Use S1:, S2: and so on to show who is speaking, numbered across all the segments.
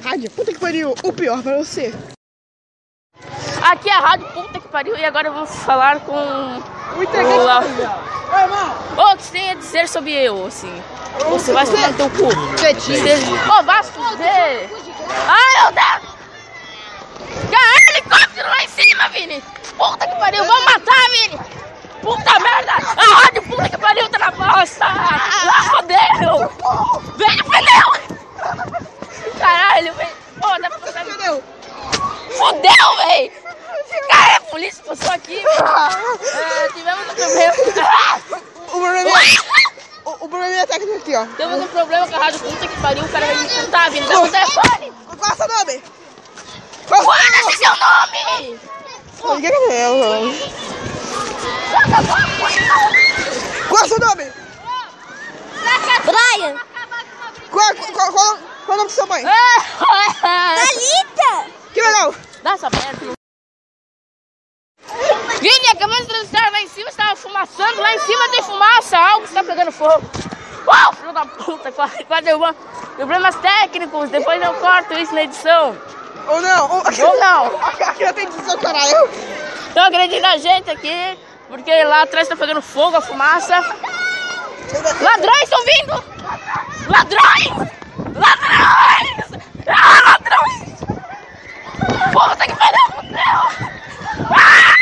S1: Rádio, puta que pariu, o pior para você.
S2: Aqui é a Rádio Puta que Pariu e agora vamos falar com
S1: O entregante.
S2: Olá.
S1: Ô, irmão.
S2: o que você tem a dizer sobre eu, assim. Você vai tomar no teu cu.
S1: Cretinho.
S2: Você... Ô, vai se fuder. Ai, meu Deus. Caralho, helicóptero lá em cima, Vini. Puta que pariu, vamos matar, Vini. Puta merda. A Rádio Puta que Pariu tá na bosta. Lá fodeu. Vem, fodeu. Caralho, velho. Ô, dá pra passar...
S1: Entendeu?
S2: Fudeu, véi! Cara, a polícia passou aqui. É, tivemos um problema.
S1: O problema, o, o problema é técnico aqui, ó.
S2: Tivemos um problema com a rádio puta que pariu. O cara vai me insultar, Vini. Dá o telefone.
S1: Qual é o seu nome? Qual
S2: Foda-se seu nome!
S1: Qual é o seu nome?
S3: Brian!
S1: Qual, qual, qual, qual, qual é o nome do seu pai?
S3: Thalita!
S1: Que legal!
S2: Dá essa merda. Vini, acabamos de transitar lá em cima. Estava fumaçando. Lá em cima tem fumaça. Algo está pegando fogo. Uau, filho da puta. Quase, quase derrubou. Problemas técnicos. Depois eu corto isso na edição.
S1: Ou não? Ou,
S2: Ou não.
S1: Aqui eu tenho que dizer, caralho.
S2: Então acredita na gente aqui, porque lá atrás tá pegando fogo, a fumaça. Ladrões estão vindo! Ladrões! Ladrões! Ah, ladrões! Puta que pariu, fudeu! Ah!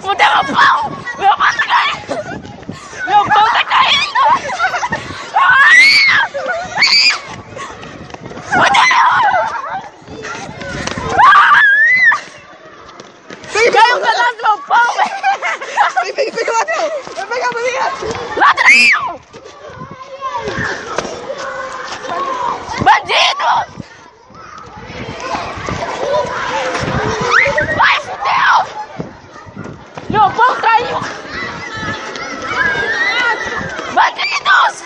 S2: Fudeu meu pão! Meu pão tá caindo! Meu pão tá caindo! Ah!
S1: Vem,
S2: Caiu um pedaço do meu pão, velho!
S1: Vem, vem, vem, ladrão. Vem pegar a bolinha.
S2: Ladrão! Bandido! Vai, fudeu! Meu pão caiu! Bandidos!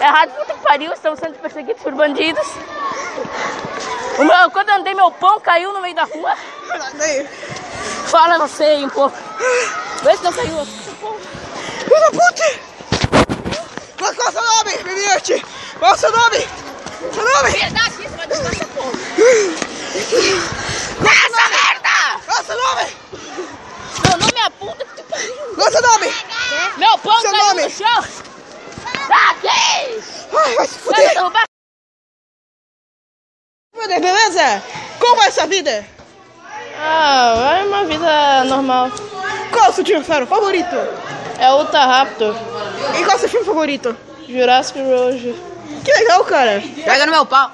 S2: Errado, puta que pariu, estamos sendo perseguidos por bandidos. O meu- quando eu andei, meu pão caiu no meio da rua.
S1: Vem.
S2: Fala, não sei, um pouco. Vê se não caiu.
S1: Filho da puta! Qual, qual é o seu nome, bebê? Qual é o seu nome? Seu nome?
S2: Verdade, isso vai derrubar essa porra. Essa merda!
S1: Qual é o seu nome?
S2: Meu nome é puta que te pariu.
S1: Qual é o seu nome?
S2: Meu pão
S1: Seu
S2: caiu
S1: nome?
S2: no chão. Aqui!
S1: Ai, vai se
S2: Vai
S1: fuder!
S2: derrubar.
S1: Meu Deus, beleza? Como vai a sua vida?
S2: Ah, é uma vida normal.
S1: Qual é o seu dinossauro favorito?
S2: É Ultra Raptor,
S1: E qual é o seu filme favorito?
S2: Jurassic World.
S1: Que legal, cara!
S2: Pega no meu pau.